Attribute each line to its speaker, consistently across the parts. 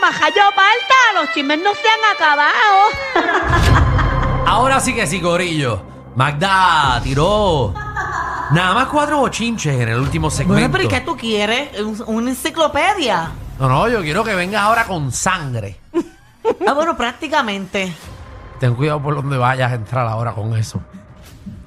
Speaker 1: majayo palta, los chismes no se han acabado.
Speaker 2: Ahora sí que sí, Corillo. Magda tiró nada más cuatro bochinches en el último segmento.
Speaker 3: Bueno, pero ¿y qué tú quieres? ¿Un- ¿Una enciclopedia?
Speaker 2: No, no, yo quiero que vengas ahora con sangre.
Speaker 3: Ah, bueno, prácticamente.
Speaker 2: Ten cuidado por donde vayas a entrar ahora con eso.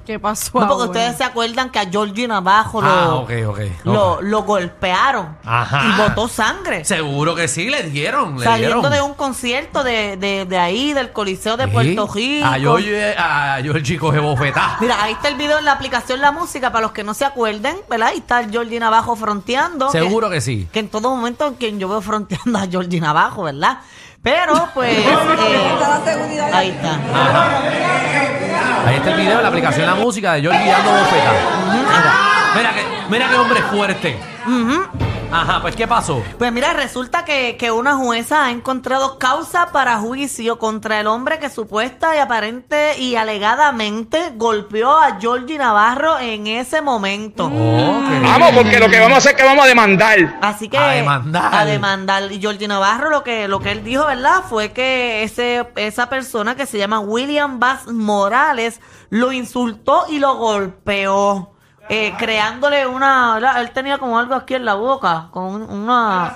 Speaker 4: ¿Qué pasó?
Speaker 3: No, porque
Speaker 4: ahora?
Speaker 3: ustedes se acuerdan que a Georgie Navajo lo,
Speaker 2: Ah, ok, ok.
Speaker 3: lo,
Speaker 2: ok.
Speaker 3: lo golpearon
Speaker 2: Ajá.
Speaker 3: y botó sangre.
Speaker 2: Seguro que sí, le dieron. Le
Speaker 3: Saliendo
Speaker 2: dieron.
Speaker 3: de un concierto de, de, de ahí, del Coliseo de Puerto
Speaker 2: Sí.
Speaker 3: Rico.
Speaker 2: A yo, a yo el chico de bofetá.
Speaker 3: Mira, ahí está el video en la aplicación La Música, para los que no se acuerden, ¿verdad? Ahí está el Georgie Navajo fronteando. que-
Speaker 2: Seguro que sí.
Speaker 3: que en todo momento en quien yo veo fronteando a Georgina abajo, ¿verdad? Pero pues eh, ahí está.
Speaker 2: Ahí está el video, la aplicación La Música de Georgie dando bofetá. Mira que, mira que hombre fuerte. Ajá, pues ¿qué pasó?
Speaker 3: Pues mira, resulta que, que una jueza ha encontrado causa para juicio contra el hombre que supuesta y aparente y alegadamente golpeó a Georgie Navarro en ese momento.
Speaker 2: Ok.
Speaker 5: Vamos, porque lo que vamos a hacer es que vamos a demandar.
Speaker 3: Así que
Speaker 2: A demandar.
Speaker 3: a demandar. Y Georgie Navarro lo que, lo que él dijo, ¿verdad? Fue que ese, esa persona que se llama William Bass Morales lo insultó y lo golpeó. eh, creándole una... ¿verdad? Él tenía como algo aquí en la boca, con un- una...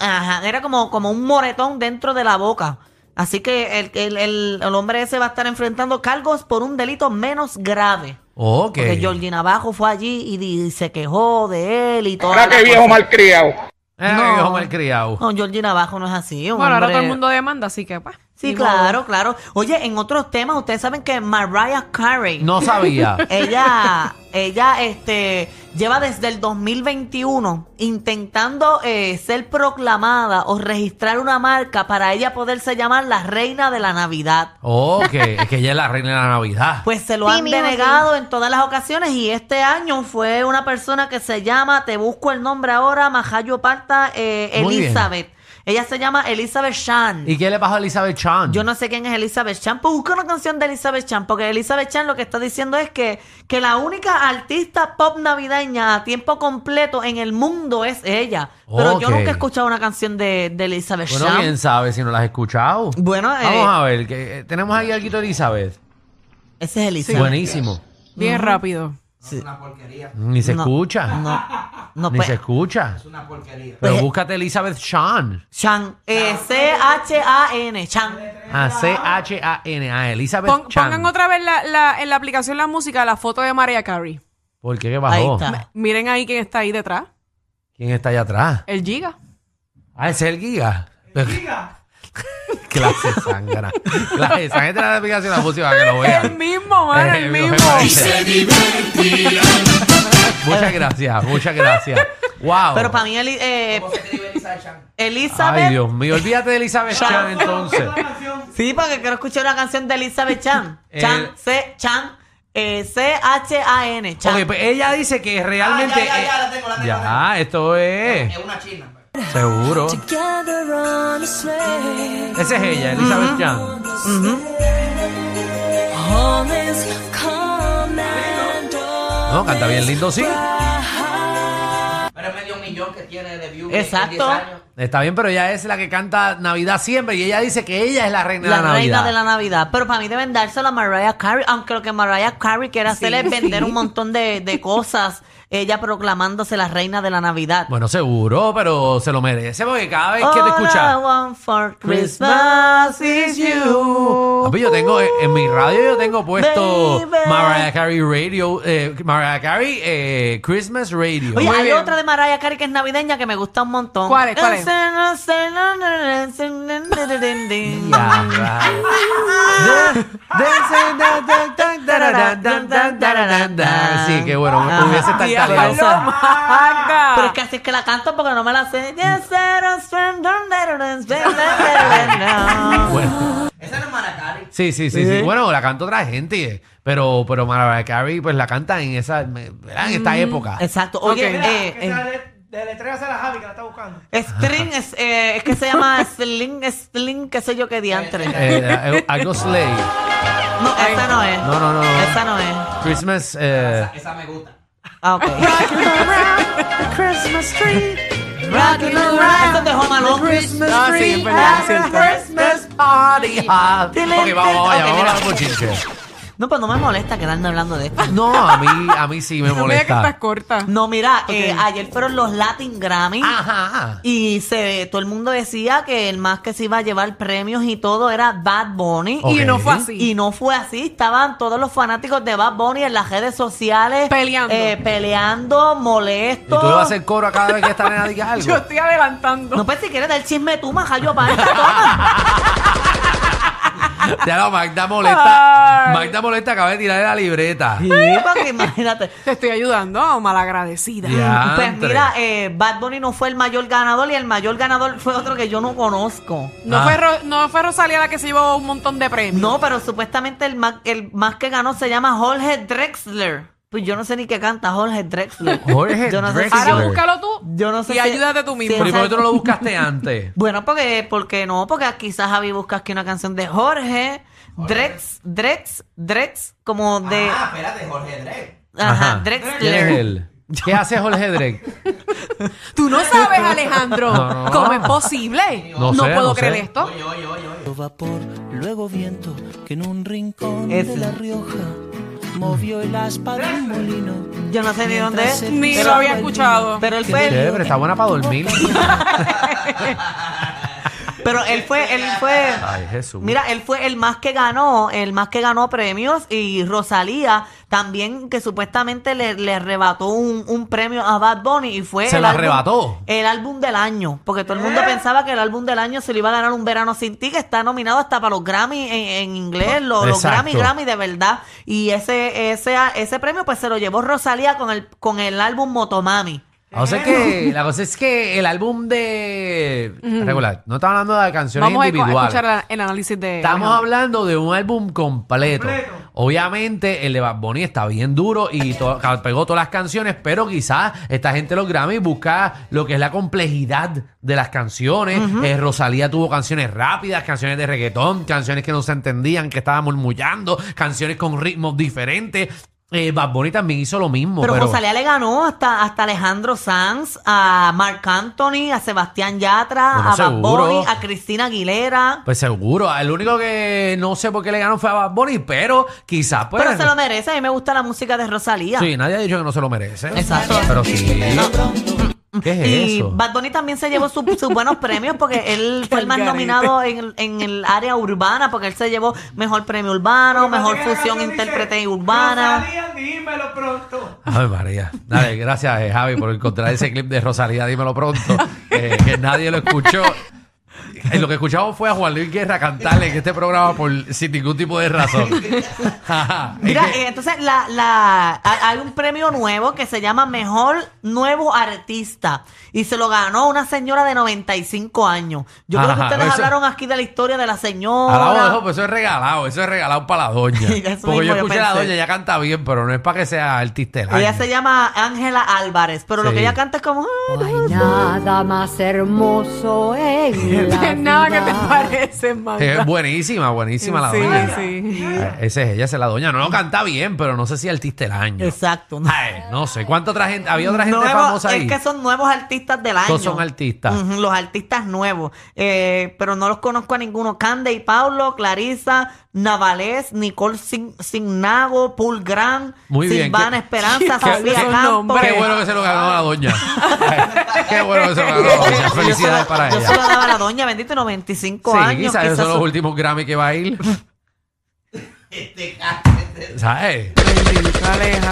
Speaker 3: Ajá, era como, como un moretón dentro de la boca. Así que el, el- el- el hombre ese va a estar enfrentando cargos por un delito menos grave.
Speaker 2: Ok. Eh,
Speaker 3: Porque Georgie Navarro fue allí y, di- se quejó de él y todo.
Speaker 5: Ahora que viejo malcriado.
Speaker 2: Era
Speaker 3: No.
Speaker 2: que viejo malcriado.
Speaker 3: No, Georgie Navajo no es así. un
Speaker 4: Bueno, ahora
Speaker 3: hombre-
Speaker 4: todo el mundo demanda, así que pues.
Speaker 3: Sí,
Speaker 4: ni
Speaker 3: claro, claro. Oye, en otros temas, ustedes saben que Mariah Carey,
Speaker 2: No sabía.
Speaker 3: ella, ella, este, lleva desde el 2021 intentando eh, ser proclamada o registrar una marca para ella poderse llamar la reina de la Navidad.
Speaker 2: Ok, es que ella es la reina de la Navidad.
Speaker 3: Pues se lo
Speaker 4: Sí,
Speaker 3: han
Speaker 4: mijo,
Speaker 3: denegado en todas las ocasiones y este año fue una persona que se llama, te busco el nombre ahora, Majayo Parta eh,
Speaker 2: Muy bien.
Speaker 3: Elizabeth. Ella se llama Elizabeth Shan.
Speaker 2: ¿Y qué le pasó a Elizabeth Chan?
Speaker 3: Yo no sé quién es Elizabeth Chan. Pues busca una canción de Elizabeth Chan, porque Elizabeth Chan lo que está diciendo es que, que la única artista pop navideña a tiempo completo en el mundo es ella. Pero yo
Speaker 2: Ok.
Speaker 3: nunca he escuchado una canción de, de Elizabeth
Speaker 2: Bueno,
Speaker 3: Chan.
Speaker 2: quién sabe si no la has escuchado.
Speaker 3: Bueno, eh,
Speaker 2: Vamos a ver, que, eh, tenemos ahí algo de Elizabeth.
Speaker 3: ese es Elizabeth.
Speaker 2: Buenísimo.
Speaker 4: modo. Bien rápido.
Speaker 2: Ni se
Speaker 3: No,
Speaker 2: escucha.
Speaker 3: No, no,
Speaker 2: Ni
Speaker 3: pues,
Speaker 2: se escucha. Es una porquería. Pero
Speaker 3: Pues-
Speaker 2: búscate Elizabeth Chan.
Speaker 3: Chan, eh, C-H-A-N, Chan.
Speaker 2: A C-H-A-N. A Elizabeth
Speaker 4: Pon-
Speaker 2: Chan.
Speaker 4: pongan otra vez la, la- en la aplicación la música la foto de Mariah Carey.
Speaker 2: ¿Por qué? ¿Qué
Speaker 3: Ahí
Speaker 2: bajó?
Speaker 3: está.
Speaker 4: Miren ahí quién está ahí detrás.
Speaker 2: ¿Quién está allá atrás?
Speaker 4: El Giga.
Speaker 2: Ah, ese es el Giga. ¿El Giga? Clase sangra. Clase sangra. Entra a la aplicación de la música para que lo vean.
Speaker 4: El mismo, mano, el mismo.
Speaker 2: muchas gracias, muchas gracias. Wow.
Speaker 3: Pero para mí, Eli- eh,
Speaker 2: Ay,
Speaker 3: Elizabeth.
Speaker 2: Dios mío, olvídate de Elizabeth Chan entonces.
Speaker 3: Sí, porque quiero escuchar una canción de Elizabeth Chan.
Speaker 2: Eh,
Speaker 3: Chan, C, Chan, eh, C-H-A-N, Chan.
Speaker 2: Ok, pues ella dice que realmente.
Speaker 6: Ah, ya, ya,
Speaker 2: eh,
Speaker 6: la tengo, la tengo,
Speaker 2: ya,
Speaker 6: la
Speaker 2: esto es.
Speaker 6: Es una china. pues.
Speaker 2: Seguro. Esa es ella, Elizabeth Chan.
Speaker 6: Mm-hmm.
Speaker 2: No, canta bien lindo, sí.
Speaker 6: Pero es medio millón que tiene de views.
Speaker 3: Exacto.
Speaker 6: en 10 años.
Speaker 2: Está bien, pero ella es la que canta Navidad siempre y ella dice que ella es la reina
Speaker 3: la
Speaker 2: de la
Speaker 3: reina
Speaker 2: Navidad.
Speaker 3: de la Navidad. Pero para mí deben dárselo a Mariah Carey, aunque lo que Mariah Carey quiere hacer es vender un montón de, de cosas, ella proclamándose la reina de la Navidad.
Speaker 2: Bueno, seguro, pero se lo merece porque cada vez que te
Speaker 3: All I
Speaker 2: escuchas.
Speaker 3: want for Christmas is you.
Speaker 2: Papi, yo tengo eh, en mi radio yo tengo puesto
Speaker 3: Baby.
Speaker 2: Mariah Carey Radio, eh, Mariah Carey eh, Christmas Radio.
Speaker 3: Oye,
Speaker 4: Muy
Speaker 3: hay
Speaker 4: bien.
Speaker 3: otra de Mariah Carey que es navideña que me gusta un montón.
Speaker 4: ¿Cuál es? ¿Cuál es?
Speaker 2: Ya, ya. Sí, qué bueno, me hubiese estar
Speaker 3: Ah. Diablo.
Speaker 2: tareado.
Speaker 4: Magda.
Speaker 3: Pero es que así es que la canto porque no me la sé.
Speaker 2: Bueno,
Speaker 6: Esa no es Maracari.
Speaker 2: sí, sí, sí, sí. Bueno, la canta otra gente, eh, pero, pero Mariah Carey pues la canta en esa, ¿verdad? En
Speaker 3: Mm.
Speaker 2: esta época.
Speaker 3: Exacto. Oye,
Speaker 4: Ok.
Speaker 3: eh,
Speaker 4: Mira,
Speaker 3: eh,
Speaker 7: de letreras a la Javi que la está buscando.
Speaker 3: string es, eh, es que se llama sling, sling, qué sé yo qué diantre.
Speaker 2: Eh, eh, algo Slay.
Speaker 3: No,
Speaker 7: eh,
Speaker 3: esa no es.
Speaker 2: No, no, no. no.
Speaker 3: Esa no es.
Speaker 2: Christmas. Eh,
Speaker 6: Esa me gusta.
Speaker 3: Ah, ok. Rockin' around Eso es de Home Alone.
Speaker 2: Ah, sí, es verdad, es cierto.
Speaker 3: Christmas
Speaker 2: Party hard. Ok, vamos, vamos,
Speaker 3: Ok,
Speaker 2: allá, vamos
Speaker 3: mira.
Speaker 2: a hablar por chinche.
Speaker 3: No, pues no me molesta quedarme hablando de esto.
Speaker 2: No, a mí, a mí sí me
Speaker 4: No me digas que estás
Speaker 2: molesta.
Speaker 4: corta.
Speaker 3: No, mira, eh, ayer fueron los Latin Grammy.
Speaker 7: Ah.
Speaker 2: Ajá.
Speaker 3: Y se, todo el mundo decía que el más que se iba a llevar premios y todo era Bad Bunny.
Speaker 2: Ok.
Speaker 4: Y no fue así.
Speaker 3: Y no fue así. Estaban todos los fanáticos de Bad Bunny en las redes sociales.
Speaker 4: Peleando.
Speaker 3: eh,
Speaker 2: Y tú
Speaker 3: peleando,
Speaker 2: le vas a
Speaker 3: molestos.
Speaker 2: hacer coro a cada vez que esta nena diga algo.
Speaker 4: Yo estoy adelantando.
Speaker 3: No, pues si quieres dar chisme tú, majayo, para esta toma.
Speaker 2: Ya no, Magda molesta.
Speaker 4: Ay.
Speaker 2: Magda molesta, acaba de tirar de la libreta.
Speaker 3: Sí, porque imagínate.
Speaker 4: Te estoy ayudando, oh, malagradecida.
Speaker 2: Diantre.
Speaker 3: Pues mira, eh, Bad Bunny no fue el mayor ganador y el mayor ganador fue otro que yo no conozco.
Speaker 4: No,
Speaker 2: Ah.
Speaker 4: fue Ro- no fue Rosalía la que se llevó un montón de premios.
Speaker 3: No, pero supuestamente el más, el más que ganó se llama Jorge Drexler. Pues yo no sé ni qué canta Jorge Drexler.
Speaker 2: Jorge
Speaker 3: yo no sé si-
Speaker 2: Drexler.
Speaker 4: Ahora búscalo tú
Speaker 3: Yo no sé
Speaker 4: y
Speaker 3: si-
Speaker 4: ayúdate tú mismo.
Speaker 2: Pero ¿y por qué tú no lo buscaste antes?
Speaker 3: Bueno, porque, porque no, porque quizás Javi busca aquí una canción de Jorge, Drex, Drex, Drex, como de
Speaker 6: Ah, espérate, Jorge Drey.
Speaker 3: ajá,
Speaker 2: Ajá.
Speaker 3: Drexler.
Speaker 2: Él. ¿Qué hace Jorge Drexler?
Speaker 4: Tú no sabes, Alejandro,
Speaker 2: No, no.
Speaker 4: cómo es posible.
Speaker 2: No
Speaker 4: No,
Speaker 2: sé,
Speaker 4: puedo
Speaker 2: no
Speaker 4: creer
Speaker 2: sé.
Speaker 4: esto.
Speaker 6: Oye, oye, oye, oye.
Speaker 8: vapor, luego viento, que en un rincón
Speaker 3: Es-
Speaker 8: de La Rioja movió el aspa de un molino.
Speaker 3: Yo no sé ni dónde es.
Speaker 4: Ni
Speaker 3: pero-
Speaker 4: lo había escuchado.
Speaker 3: Pero él fue,
Speaker 2: Chévere, está buena para dormir.
Speaker 3: pero él fue, él fue.
Speaker 2: Ay, Jesús.
Speaker 3: Mira, él fue el más que ganó, el más que ganó premios y Rosalía también que supuestamente le, le arrebató un, un premio a Bad Bunny y fue...
Speaker 2: ¿Se
Speaker 3: el
Speaker 2: la
Speaker 3: álbum-
Speaker 2: arrebató?
Speaker 3: El álbum del año, porque todo el mundo pensaba que el álbum del año se lo iba a ganar un verano sin ti, que está nominado hasta para los Grammy en, en inglés, los, los
Speaker 2: Exacto.
Speaker 3: Grammy, Grammy de verdad. Y ese, ese, ese premio pues se lo llevó Rosalía con el, con el álbum Motomami.
Speaker 2: La cosa, es Ah,
Speaker 4: Eh.
Speaker 2: que, la cosa es que el álbum de... Regular, no estamos hablando de canciones
Speaker 4: Vamos a escu- a
Speaker 2: individuales.
Speaker 4: escuchar la- el análisis de.
Speaker 2: Estamos
Speaker 4: Alejandro.
Speaker 2: hablando de un álbum completo.
Speaker 7: Completo.
Speaker 2: Obviamente, el de Bad Bunny está bien duro y to- ca- pegó todas las canciones, pero quizás esta gente de los Grammy busca lo que es la complejidad de las canciones. Eh, Rosalía tuvo canciones rápidas, canciones de reggaetón, canciones que no se entendían, que estaban murmullando, canciones con ritmos diferentes. Eh, Bad Bunny también hizo lo mismo.
Speaker 3: Pero,
Speaker 2: Pero,
Speaker 3: Rosalía le ganó hasta, hasta Alejandro Sanz, a Marc Anthony, a Sebastián Yatra,
Speaker 2: Bueno,
Speaker 3: a Bad
Speaker 2: seguro.
Speaker 3: Bunny, a Cristina Aguilera.
Speaker 2: Pues seguro, el único que no sé por qué le ganó fue a Bad Bunny, pero quizás pues...
Speaker 3: Pero se lo merece, a mí me gusta la música de Rosalía.
Speaker 2: Sí, nadie ha dicho que no se lo merece.
Speaker 3: Exacto.
Speaker 2: Pero sí. ¿Qué es
Speaker 3: Y
Speaker 2: eso?
Speaker 3: Bad Bunny también se llevó su- sus buenos premios porque él fue el más
Speaker 4: Qué garete.
Speaker 3: nominado en el, en el área urbana, porque él se llevó mejor premio urbano, mejor fusión intérprete y urbana.
Speaker 7: Rosalía, dímelo pronto.
Speaker 2: Ay, María. Dale, gracias, eh, Javi, por encontrar ese clip de Rosalía, dímelo pronto. eh, que nadie lo escuchó. Eh, lo que escuchamos fue a Juan Luis Guerra cantarle en este programa por, sin ningún tipo de razón. Ajá. Es
Speaker 3: Mira,
Speaker 2: que-
Speaker 3: eh, entonces la, la, ha- hay un premio nuevo que se llama Mejor Nuevo Artista y se lo ganó una señora de 95 años. Yo creo que
Speaker 2: Ajá,
Speaker 3: ustedes
Speaker 2: eso-
Speaker 3: hablaron aquí de la historia de la
Speaker 2: Ahora vamos a
Speaker 3: señora.
Speaker 2: dejar, pues eso es regalado, eso es regalado para la doña.
Speaker 3: Eso
Speaker 2: Porque yo
Speaker 3: mismo yo
Speaker 2: escuché a la
Speaker 3: pensé.
Speaker 2: doña, ella canta bien, pero no es para que sea artista del
Speaker 3: Ella
Speaker 2: año.
Speaker 3: se llama Ángela Álvarez, pero lo
Speaker 2: pues, Sí.
Speaker 3: que ella canta es como... "Ah,
Speaker 9: No hay nada más hermoso en la
Speaker 4: Nada que te
Speaker 9: vida.
Speaker 4: parece, Magda.
Speaker 2: Es buenísima, buenísima la doña.
Speaker 4: Sí, sí.
Speaker 2: Eh, Esa es ella, esa es la doña. No, no canta bien, pero no sé si artista del año.
Speaker 3: Exacto.
Speaker 2: Ay, no sé. ¿Cuánta otra gente? Había otra gente
Speaker 3: Nuevo-
Speaker 2: famosa ahí.
Speaker 3: Es que son nuevos artistas del año.
Speaker 2: Todos son artistas.
Speaker 3: Ujú, los artistas nuevos. Eh, pero no los conozco a ninguno. Cande y Pablo, Clarisa, Navales, Nicole Sin- Signago, Paul Gran,
Speaker 2: Muy bien,
Speaker 3: Silvana
Speaker 2: qué-
Speaker 3: Esperanza,
Speaker 4: qué-
Speaker 3: Sofía
Speaker 4: esos
Speaker 3: Campos.
Speaker 4: nombres.
Speaker 2: Qué bueno que se lo ganó la doña. Ay, Qué bueno que se lo ganó la doña. Felicidades para
Speaker 3: Yo se lo
Speaker 2: ella.
Speaker 3: daba a la doña, bendito, 95
Speaker 2: Sí,
Speaker 3: años.
Speaker 2: quizás
Speaker 3: quizás
Speaker 2: esos son los
Speaker 3: su-
Speaker 2: últimos Grammy que va a ir.
Speaker 6: Este cabrón.
Speaker 2: ¿Sabes?
Speaker 4: Bendito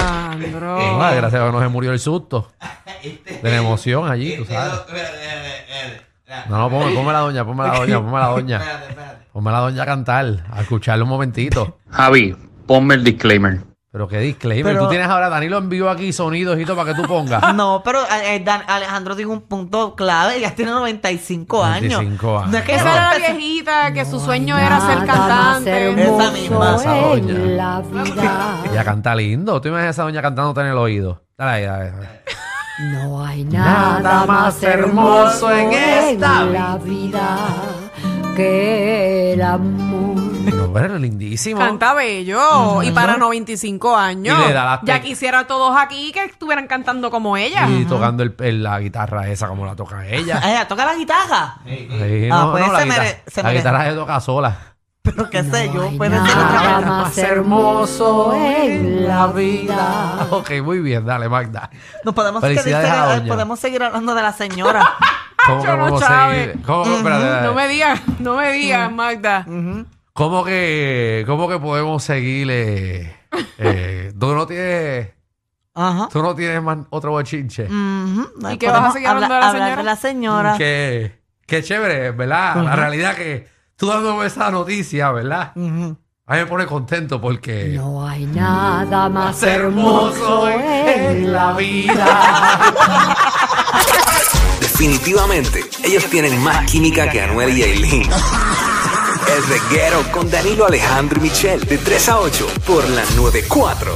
Speaker 4: Alejandro.
Speaker 2: Ah, gracias a Dios no se murió el susto.
Speaker 6: Este.
Speaker 2: De la emoción allí, tú
Speaker 6: este
Speaker 2: sabes.
Speaker 6: loco, espérate, espérate, espérate.
Speaker 2: No, no, ponme, ponme la doña, ponme la doña, ponme la doña.
Speaker 6: Espérate, espérate.
Speaker 2: Ponme la doña a cantar, a escucharle un momentito.
Speaker 10: Javi, ponme el disclaimer.
Speaker 2: Pero qué disclaimer.
Speaker 3: Pero-
Speaker 2: Tú tienes ahora, Danilo envió aquí sonidos y todo para que tú pongas.
Speaker 3: No, pero eh, Dan- Alejandro tiene un punto clave. Ella tiene 95 años.
Speaker 2: 95 años.
Speaker 3: No es que
Speaker 4: Esa
Speaker 3: ella
Speaker 4: era la
Speaker 3: empezó-
Speaker 4: viejita que su sueño
Speaker 9: No
Speaker 4: era
Speaker 9: hay
Speaker 4: ser
Speaker 9: nada más
Speaker 4: cantante.
Speaker 3: hermoso. Esa misma,
Speaker 2: esa
Speaker 9: hermoso en
Speaker 2: doña.
Speaker 9: la vida.
Speaker 2: Ella canta lindo. Tú imaginas a esa doña cantándote en el oído. Dale ahí, dale. dale.
Speaker 9: No hay nada más hermoso en esta la vida que el amor.
Speaker 2: No, pero lindísimo.
Speaker 4: Canta bello. Y para 95 años.
Speaker 2: Y le da las
Speaker 4: ya
Speaker 2: tec-
Speaker 4: quisiera todos aquí que estuvieran cantando como ella.
Speaker 2: Y tocando el- el- la guitarra esa como la toca ella.
Speaker 3: Ah, Ella toca la guitarra.
Speaker 2: Sí,
Speaker 3: Ah,
Speaker 2: no,
Speaker 3: pues
Speaker 2: no, la,
Speaker 3: se
Speaker 2: guitarra-
Speaker 3: merece- se
Speaker 2: la
Speaker 3: merece.
Speaker 2: guitarra se toca sola.
Speaker 3: Pero qué sé yo,
Speaker 9: hay
Speaker 3: puede ser otra
Speaker 9: nada
Speaker 3: cosa.
Speaker 9: más hermoso en la vida.
Speaker 2: Ok, muy bien, dale, Magda.
Speaker 3: Nos podemos, que
Speaker 2: Felicidades
Speaker 3: dice-
Speaker 2: a
Speaker 3: ay,
Speaker 2: doña.
Speaker 3: podemos seguir hablando de la señora.
Speaker 9: Ah,
Speaker 2: ¿Cómo que
Speaker 4: Yo no
Speaker 2: vamos a
Speaker 4: sabe.
Speaker 2: seguir? ¿Cómo, espérate, espérate.
Speaker 4: No me digas, no me digas, Magda.
Speaker 2: ¿Cómo que, cómo que podemos seguir? eh, eh, tú no tienes,
Speaker 3: Ajá.
Speaker 2: tú no tienes más otro bochinche.
Speaker 9: Mm,
Speaker 3: Ujú.
Speaker 4: ¿Y qué vas a seguir
Speaker 3: Habla-
Speaker 4: hablando de la
Speaker 3: hablar de la señora?
Speaker 2: Que, que chévere, ¿verdad? La realidad que tú dándome esa noticia, ¿verdad?
Speaker 3: Ujú.
Speaker 2: A mí me pone contento porque... Mm.
Speaker 9: No hay nada más
Speaker 2: Más hermoso en la vida.
Speaker 11: Definitivamente, ellos tienen más química que Anuel y Aileen. El reguero con Danilo Alejandro y Michel, de 3 a 8, por la 94.